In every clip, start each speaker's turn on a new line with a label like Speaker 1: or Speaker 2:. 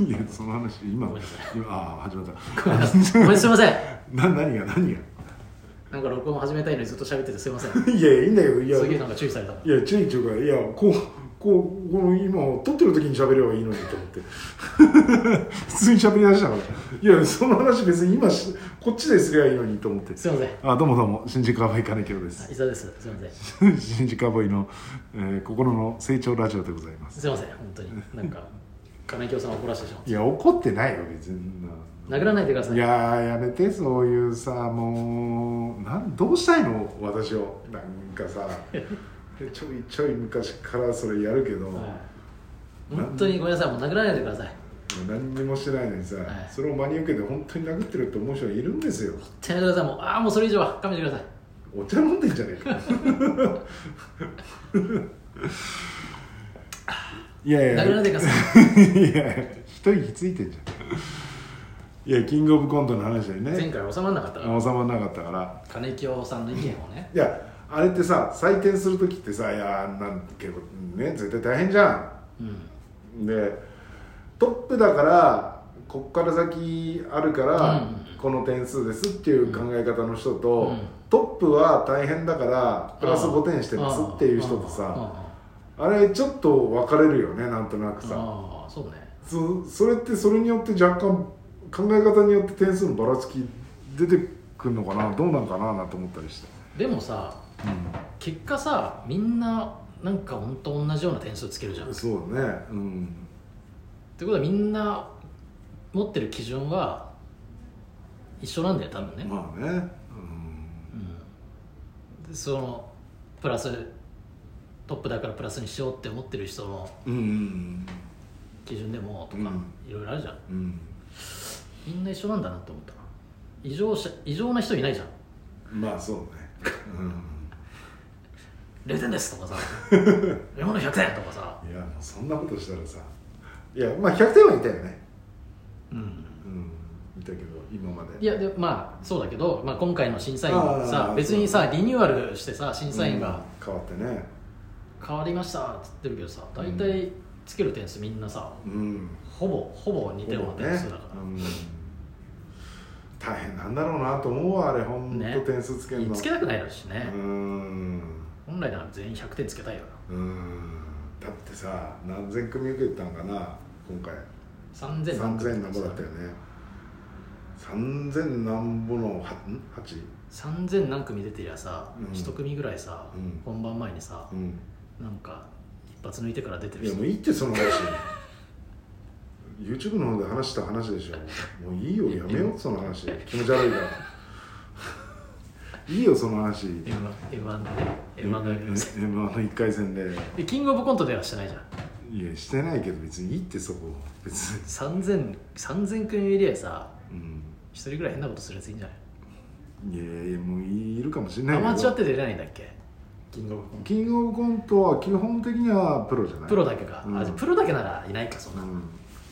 Speaker 1: いやその話今
Speaker 2: ごめんなさ
Speaker 1: 今ああ始まった
Speaker 2: ごめんなさいごめんすいません
Speaker 1: な何が何が
Speaker 2: なんか録音始めたいのにずっと喋っててすいません
Speaker 1: いやいいんだよいや
Speaker 2: すげえなんか注意された
Speaker 1: いや注意っていうかいやこうこうこの今撮ってる時に喋ればいいのにと思って普通に喋り出したからいやその話別に今しこっちですりゃいいのにと思って
Speaker 2: すいません
Speaker 1: あどうもどうも新宿アボイ金城です、
Speaker 2: 伊沢ですすいません
Speaker 1: 新宿アボイの、えー心の成長ラジオでございます
Speaker 2: すいません本当になんか金京さんを怒らせてしまっ
Speaker 1: いや怒ってないよ別に
Speaker 2: た殴らないでください
Speaker 1: いやーやめてそういうさもうなんどうしたいの私をなんか さちょいちょい昔からそれやるけど、
Speaker 2: はい本当にごめんなさいもう殴らないでください
Speaker 1: 何にもしてないのにさ、
Speaker 2: い
Speaker 1: それを真に受けて本当に殴ってるって思う人がいるんですよ
Speaker 2: 手でくださいもうああもうそれ以上は勘弁してください
Speaker 1: お茶飲んでんじゃねえ かいやいや
Speaker 2: 殴らないでくださ い
Speaker 1: いや一息ついてんじゃんいやキングオブコントの話だよ
Speaker 2: 前
Speaker 1: ね
Speaker 2: 回収まらなかったから
Speaker 1: 収まんなかったから
Speaker 2: 金京さんの意見をね
Speaker 1: いやあれってさ採点する時ってさいやーなんて結構ね絶対大変じゃ
Speaker 2: うん
Speaker 1: んでトップだからこっから先あるから、
Speaker 2: うん
Speaker 1: この点数ですっていう考え方の人と、
Speaker 2: うん
Speaker 1: トップは大変だからプラス5点してますっていう人とさ
Speaker 2: あ
Speaker 1: あれちょっと分かれるよねなんとなく
Speaker 2: ーあー
Speaker 1: さ
Speaker 2: あーそうね
Speaker 1: そそれってそれによって若干考え方によって点数のばらつき出てくるのかなどうなんかななんて思ったりして、
Speaker 2: でもさ結果さみんななんか本当同じような点数つけるじゃん
Speaker 1: うん、
Speaker 2: って
Speaker 1: そうだねうん
Speaker 2: ことはみんな持ってる基準は一緒なんだよ多分ね、
Speaker 1: まあね、
Speaker 2: うん、でそのプラストップだからプラスにしようって思ってる人の
Speaker 1: うん、うん
Speaker 2: 基準でもとか、
Speaker 1: うん
Speaker 2: いろいろあるじゃん
Speaker 1: うんうん
Speaker 2: みんな一緒なんだなって思ったな異常者異常な人いないじゃん
Speaker 1: まあそうね、
Speaker 2: 0点で すとかさ日本の100点とかさ、
Speaker 1: うん、いやもうそんなことしたらさいやまあ100点はいたよね
Speaker 2: うん、
Speaker 1: うんいたけど今まで
Speaker 2: いやでまあそうだけど、まあ、今回の審査員も
Speaker 1: あ
Speaker 2: さ
Speaker 1: ー
Speaker 2: 別にさリニューアルしてさ審査員
Speaker 1: う
Speaker 2: が
Speaker 1: ん変わってね
Speaker 2: 変わりましたって言ってるけどさ大体つける点数みんなさ
Speaker 1: うん
Speaker 2: ほぼほぼ似たような点数だか
Speaker 1: ほぼねうん大変なんだろうなと思うわあれほん
Speaker 2: ね
Speaker 1: と点数つけ
Speaker 2: ら、
Speaker 1: るの
Speaker 2: つけたくないだろうしね
Speaker 1: う、ん
Speaker 2: 本来なら全員100点つけたいよな
Speaker 1: うんだってさ何千組受けたんかな今回
Speaker 2: 3000
Speaker 1: 三
Speaker 2: 何
Speaker 1: 千なんぼだったよね三千なんぼのはん八
Speaker 2: 3000何組出てりゃさ、
Speaker 1: うん
Speaker 2: 一1組ぐらいさ、
Speaker 1: うん
Speaker 2: 本番前にさ
Speaker 1: う、ん
Speaker 2: なんか一発抜いてから出て
Speaker 1: い
Speaker 2: る
Speaker 1: や
Speaker 2: 人
Speaker 1: もういいってその話 YouTube の方で話した話でしょもういいよやめようその話気持ち悪いから いいよその話
Speaker 2: M1 M1 でね M1 の
Speaker 1: m 1の一回戦で
Speaker 2: でキングオブコントではしてないじゃん
Speaker 1: いやしてないけど別にいいってそこ別に
Speaker 2: 3000 3000組いりゃさ
Speaker 1: うん
Speaker 2: 一人ぐらい変なことするやついいんじゃない
Speaker 1: いやいやもういるかもしれない
Speaker 2: ア
Speaker 1: けど
Speaker 2: マチュアって出れないんだっけキングオブコン
Speaker 1: キングオブコントは基本的にはプロじゃな
Speaker 2: ト
Speaker 1: い
Speaker 2: プロだけか、
Speaker 1: うん
Speaker 2: あじゃあプロだけならいないかそんな、
Speaker 1: うん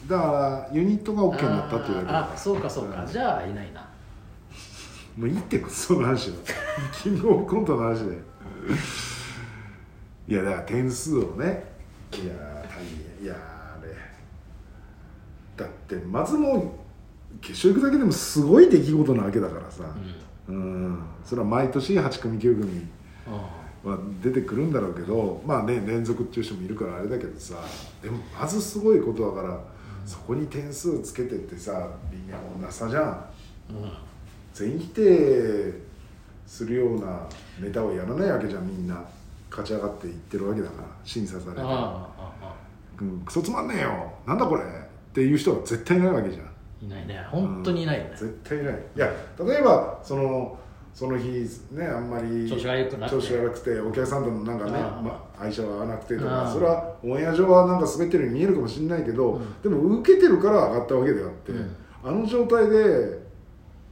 Speaker 1: だからユニットが OK になったっていうだけだ
Speaker 2: あーあそうかそうか、
Speaker 1: うん
Speaker 2: じゃあいないな
Speaker 1: もういいってその 話はキングオブコントの話でいやだから点数をねいやー大変いやーあれだってまずもう決勝行くだけでもすごい出来事なわけだからさ
Speaker 2: うん
Speaker 1: うんそれは毎年8組9組
Speaker 2: あ
Speaker 1: は出てくるんだろうけどまあね連続っていう人もいるからあれだけどさでもまずすごいことだからそこに点数つけてってさ微妙な差じゃん
Speaker 2: ーうん
Speaker 1: 全否定するようなネタをやらないわけじゃんみんな勝ち上がっていってるわけだから審査されて
Speaker 2: あああああ
Speaker 1: うん、クソつまんねえよなんだこれっていう人は絶対いないわけじゃん
Speaker 2: いないね本当にいないよね、
Speaker 1: 絶対いないいや例えばそのその日ねあんまり
Speaker 2: 調子が良くなくて
Speaker 1: 調子が悪くてお客さんとのなんかね
Speaker 2: ああ
Speaker 1: ま、相性が合わなくてと
Speaker 2: あ
Speaker 1: か
Speaker 2: あ
Speaker 1: それはオンエア上はなんか滑ってるように見えるかもしれないけど、
Speaker 2: うん
Speaker 1: でも受けてるから上がったわけであって、
Speaker 2: うん
Speaker 1: あの状態で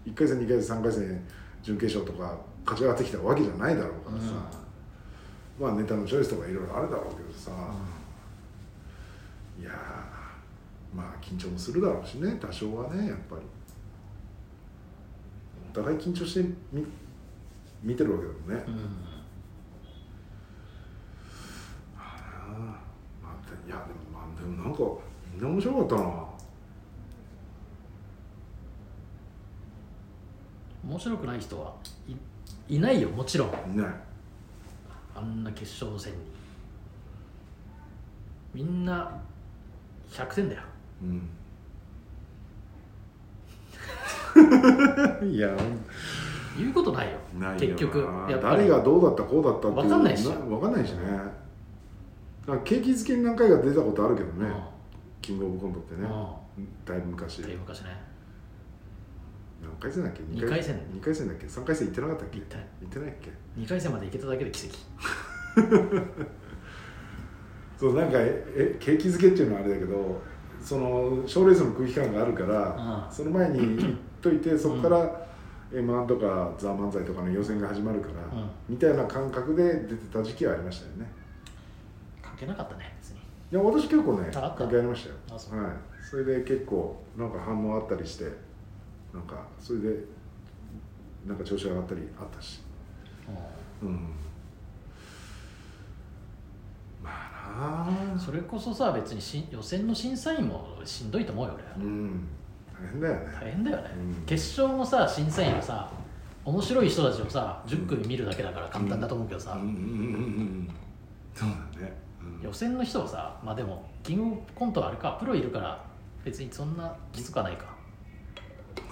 Speaker 1: 1回戦2回戦3回戦準決勝とか勝ち上がってきたわけじゃないだろうからさ、まあネタのチョイスとかいろいろあるだろうけどさ、いやーまあ緊張もするだろうしね多少はねやっぱりお互い緊張してみ見てるわけだもんね、
Speaker 2: うん
Speaker 1: ああまあでいやでもまあでもなんかみんな面白かったな
Speaker 2: 面白くない人はいいないよもちろん
Speaker 1: いない
Speaker 2: あんな決勝戦にみんな100点だよ
Speaker 1: う んいや
Speaker 2: 言うことないよ
Speaker 1: ないよな
Speaker 2: 結局やっぱり
Speaker 1: 誰がどうだったこうだったっていう
Speaker 2: わかんないし
Speaker 1: わかんないしねだから景気づけに何回か出たことあるけど
Speaker 2: う
Speaker 1: ね、
Speaker 2: ん
Speaker 1: キングオブコントって
Speaker 2: うん
Speaker 1: ね、だいぶ昔
Speaker 2: って
Speaker 1: 何
Speaker 2: いう昔ね
Speaker 1: 回戦だっけ
Speaker 2: 二回戦
Speaker 1: 2回戦だっけ3回戦行ってなかったっけ
Speaker 2: 行った
Speaker 1: 行ってないっけ
Speaker 2: 2回戦まで行けただけで奇跡
Speaker 1: そうなんかえ景気づけっていうのはあれだけどその賞レースの空気感があるから、
Speaker 2: うん
Speaker 1: その前に行っといてそこから、m 1とか「ザ漫才とかの予選が始まるから、
Speaker 2: うん
Speaker 1: みたいな感覚で出てた時期はありましたよね
Speaker 2: 関係なかったね別に
Speaker 1: いや私結構ね
Speaker 2: ああった
Speaker 1: 関係ありましたよ
Speaker 2: あそう
Speaker 1: はい、それで結構なんか反応あったりしてなんかそれでなんか調子上がったりあったしうんまあな
Speaker 2: うんそれこそさ別にしん予選の審査員もしんどいと思うよ俺
Speaker 1: うん大変だよね
Speaker 2: 大変だよね、
Speaker 1: うん
Speaker 2: 決勝のさ審査員はさ面白い人たちをさ10組見るだけだから簡単だと思うけどさ、
Speaker 1: うんうんうんうんうんそうだね、うん
Speaker 2: 予選の人はさまあでもキングオブコントはあれかプロいるから別にそんなきつくはないか、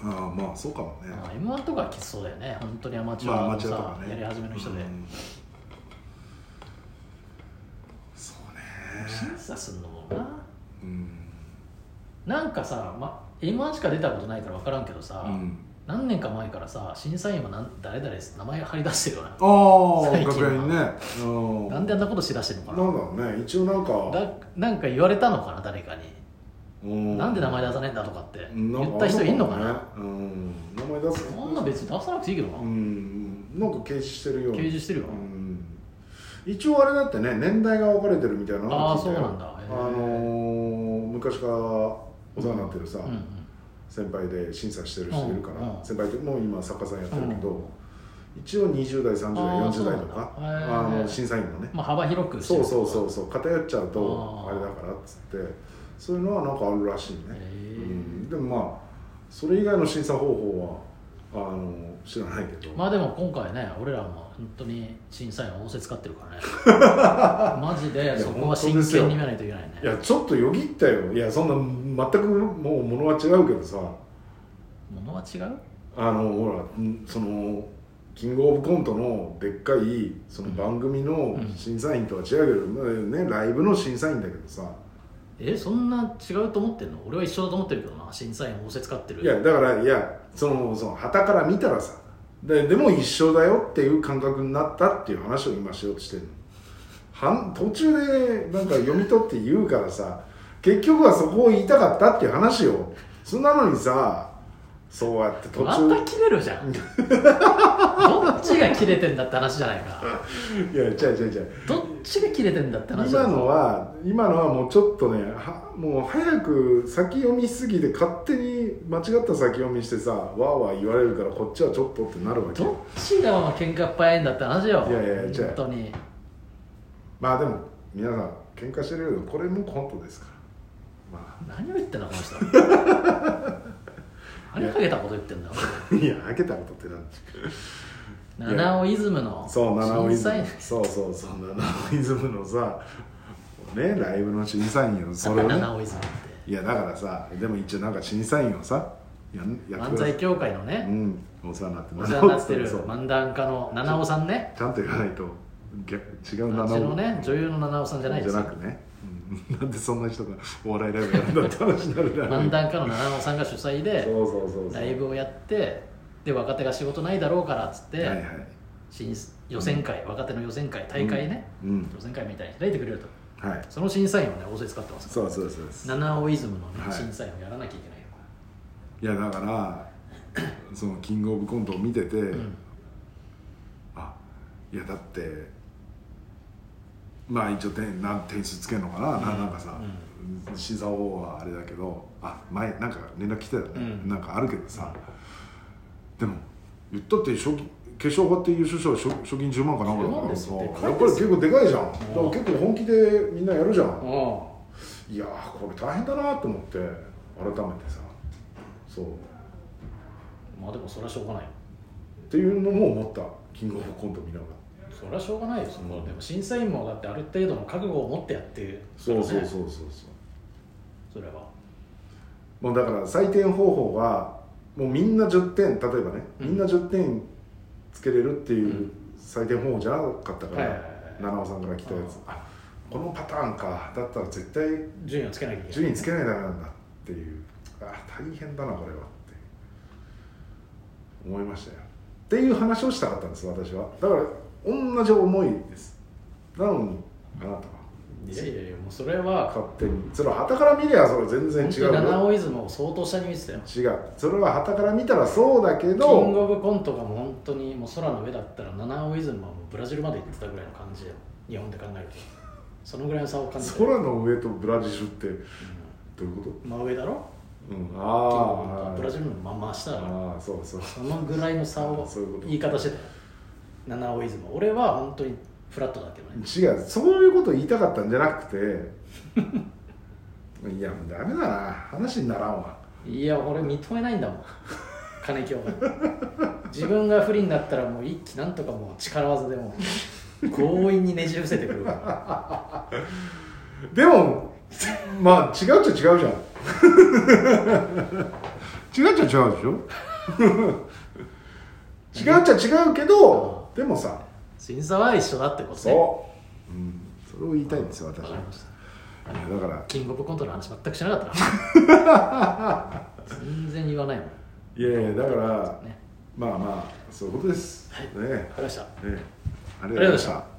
Speaker 1: ああまあそうかもね
Speaker 2: あ m 1とかはきつそうだよね本当にアマチュ
Speaker 1: まあア
Speaker 2: ア
Speaker 1: マ
Speaker 2: の
Speaker 1: チ
Speaker 2: さ、
Speaker 1: ュアとかね
Speaker 2: やり始めの人で、
Speaker 1: うんそうね
Speaker 2: 審査すんのもな
Speaker 1: うん
Speaker 2: なんかさ、ま、m 1しか出たことないから分からんけどさ、
Speaker 1: うん
Speaker 2: 何年か前からさ審査員はなん誰々です名前張り出してるよな
Speaker 1: ああ
Speaker 2: 最近は
Speaker 1: 楽屋にねうん
Speaker 2: なんであんなことしだしてるのか
Speaker 1: なんだろうね一応なん
Speaker 2: な
Speaker 1: か
Speaker 2: だなんか言われたのかな誰かに、な
Speaker 1: なん
Speaker 2: で名前出さねえんだとかって言った人いんのかな
Speaker 1: うん名前出す
Speaker 2: そんな別に出さなくていいけどな、
Speaker 1: うんなんか掲示してるような
Speaker 2: 掲示してるよ
Speaker 1: う
Speaker 2: な、
Speaker 1: ん一応あれだってね年代が分かれてるみたいなの
Speaker 2: あ
Speaker 1: を聞い
Speaker 2: あ
Speaker 1: た
Speaker 2: そう
Speaker 1: よ
Speaker 2: なんだへ
Speaker 1: あ
Speaker 2: え
Speaker 1: のー昔からお世話になってるさ、
Speaker 2: うんうん
Speaker 1: 先輩で審査してる人いるから、
Speaker 2: うんうん
Speaker 1: 先輩でもう今作家さんやってるけど、一応20代30代
Speaker 2: あー
Speaker 1: 40代とか
Speaker 2: そうなんだへ
Speaker 1: あ
Speaker 2: ー
Speaker 1: の審査員のね、
Speaker 2: まあ幅広くして
Speaker 1: そ
Speaker 2: る
Speaker 1: うそうそうそう偏っちゃうと
Speaker 2: あ
Speaker 1: あ
Speaker 2: ー
Speaker 1: れだからっつってそういうのはなんかあるらしいね、
Speaker 2: へー
Speaker 1: うんでもまあそれ以外の審査方法はあの知らないけど、
Speaker 2: まあでも今回ね俺らも本当に審査員を仰せ使ってるから ねマジでそこは真剣に見ないといけないね
Speaker 1: いやちょっとよぎったよいやそんな全くもうものは違うけどさ
Speaker 2: ものは違う
Speaker 1: あのほらんそのキングオブコントのでっかいその番組の
Speaker 2: うん
Speaker 1: 審査員とは違うけど、まあね、ライブの審査員だけどさ
Speaker 2: えそんな違うと思ってんの俺は一緒だと思ってるけどな審査員を仰せ使ってる
Speaker 1: いやだからいやそのその旗から見たらさででも一緒だよっていう感覚になったっていう話を今しようとしてるのはん途中でなんか読み取って言うからさ結局はそこを言いたかったっていう話をそんなのにさそうやって途
Speaker 2: ま
Speaker 1: 中
Speaker 2: た切れるじ ゃんどっちが切れてんだって話じゃないか
Speaker 1: いや違う違う違う
Speaker 2: どっちが切れてんだって話だ
Speaker 1: 今のは今のはもうちょっとねはもう早く先読みしすぎて勝手に間違った先読みしてさわーわー言われるからこっちはちょっとってなるわけ
Speaker 2: どっちがまあ喧嘩っ早いんだって話よ
Speaker 1: いやいや違う
Speaker 2: 本当に
Speaker 1: まあでも皆さん喧嘩してるけどこれもコントですからま
Speaker 2: 何を言ってんだこ の人何かけたこと言ってんだ
Speaker 1: あいや開けたことってなんていや
Speaker 2: 七尾イズムの
Speaker 1: そう七尾イズ
Speaker 2: 審
Speaker 1: ム
Speaker 2: 査員
Speaker 1: そうそうそう七尾イズムのさねライブの審査員をそれをね
Speaker 2: 七尾イズムって
Speaker 1: いやだからさでも一応なんか審査員をさやんやって
Speaker 2: 漫
Speaker 1: くださ
Speaker 2: 才
Speaker 1: い
Speaker 2: 協会の
Speaker 1: う
Speaker 2: ね
Speaker 1: んお世話になって
Speaker 2: お世話になって
Speaker 1: る
Speaker 2: る漫談家の七尾さんね
Speaker 1: ちゃんと言わないと逆違う
Speaker 2: う
Speaker 1: 名
Speaker 2: ち
Speaker 1: 前
Speaker 2: のね女優の七尾さんじゃないです
Speaker 1: じゃ
Speaker 2: よ
Speaker 1: なくね、うん、なんでそんな人がお笑いライブやるんだって話になるじゃない
Speaker 2: 漫談家の七尾さんが主催で
Speaker 1: そうそうそうそう
Speaker 2: ライブをやってで若手が仕事ないだろうからっつっ
Speaker 1: はいはい
Speaker 2: て新予選会若手の予選会大会ね
Speaker 1: うん
Speaker 2: 予選会みたいに開いてくれると
Speaker 1: はい
Speaker 2: その審査員をね大勢使ってます
Speaker 1: そうそうそうです
Speaker 2: 七尾イズムのね
Speaker 1: はい
Speaker 2: 審査員をやらなきゃいけないよ
Speaker 1: いやだ からそのキングオブコントを見てて、
Speaker 2: うん
Speaker 1: あいやだってまあ一応点なん点数つけるのかな、な
Speaker 2: うん
Speaker 1: なんかさ、審査方法はあれだけどあ前なんか連絡来てたね、
Speaker 2: うん
Speaker 1: なんかあるけどさでも言ったって賞金決勝終わって優勝したら賞賞金10万かなんかだ
Speaker 2: 10
Speaker 1: か
Speaker 2: 万
Speaker 1: ら
Speaker 2: です
Speaker 1: さ
Speaker 2: よ
Speaker 1: やっ
Speaker 2: で
Speaker 1: ぱ
Speaker 2: かい
Speaker 1: り
Speaker 2: です
Speaker 1: 結構でかいじゃんだか
Speaker 2: ん
Speaker 1: ら結構本気でみんなやるじゃん
Speaker 2: あ
Speaker 1: いやーこれ大変だなと思って改めてさそう
Speaker 2: あまあでもそれはしょうがないよ
Speaker 1: っていうのも思ったキングオブコント見ながら
Speaker 2: それはしょうがないよそんなのでも審査員もだってある程度の覚悟を持ってやってるから
Speaker 1: そう
Speaker 2: ね
Speaker 1: そうそうそうそう
Speaker 2: それは
Speaker 1: もうだから採点方法はもうみんな10点例えばね、
Speaker 2: うん
Speaker 1: みんな10点つけれるっていううん採点方法じゃなかったから、
Speaker 2: はいはいはいはい
Speaker 1: 七尾さんから来たやつ、
Speaker 2: うん
Speaker 1: あこのパターンかだったら絶対
Speaker 2: 順位をつけなきゃいけない
Speaker 1: 順位つけないとダメなんだっていうあ大変だなこれはって思いましたよっていう話をしたかったんです私はだから同じ思いですなのにあなたはい
Speaker 2: やいやいやもうそれは
Speaker 1: 勝手にそれは旗から見りゃそれ全然
Speaker 2: 本
Speaker 1: 違
Speaker 2: 当に
Speaker 1: う
Speaker 2: 七
Speaker 1: よ
Speaker 2: 尾イズムを相当下に見てたよ
Speaker 1: 違うそれは旗から見たらそうだけ
Speaker 2: キング
Speaker 1: ど
Speaker 2: オブコントがもう本当にもう空の上だったら七尾イズムはもうブラジルまで行ってたぐらいの感じだよ日本で考えるとそのぐらいの差を感じてる、
Speaker 1: 空の上とブラジルってどういうこ
Speaker 2: うん真上だろ
Speaker 1: と、うん、
Speaker 2: キングオブコント
Speaker 1: あ
Speaker 2: は
Speaker 1: あ
Speaker 2: ブラジルのまんま下だから
Speaker 1: ああそうそう
Speaker 2: そのぐらいの差を
Speaker 1: そういうこと
Speaker 2: 言い方してたよ七尾イズム俺は本当にフラットだけどね
Speaker 1: 違うそういうこと言いたかったんじゃなくて いやもうダメだな話にならんわ
Speaker 2: いや俺認めないんだもん金京 が自分が不利になったらもう一気なんとかもう力技でもう強引にねじ伏せてくるか
Speaker 1: でもまあ違うっちゃ違 うじゃん違うっち ゃ違うでしょ違うっちゃ違うけどでもさ
Speaker 2: ら審査は一緒だってことね
Speaker 1: そう、うん、それを言いたいんですよ私
Speaker 2: わ
Speaker 1: は
Speaker 2: かりました
Speaker 1: いやだから
Speaker 2: キングオブコントの話全くしなかった な全然言わないもん
Speaker 1: いやいやだから
Speaker 2: ね
Speaker 1: まあまあそういうことです、ね
Speaker 2: わかりました
Speaker 1: ねありがとうございま
Speaker 2: りがとうございま
Speaker 1: し
Speaker 2: したた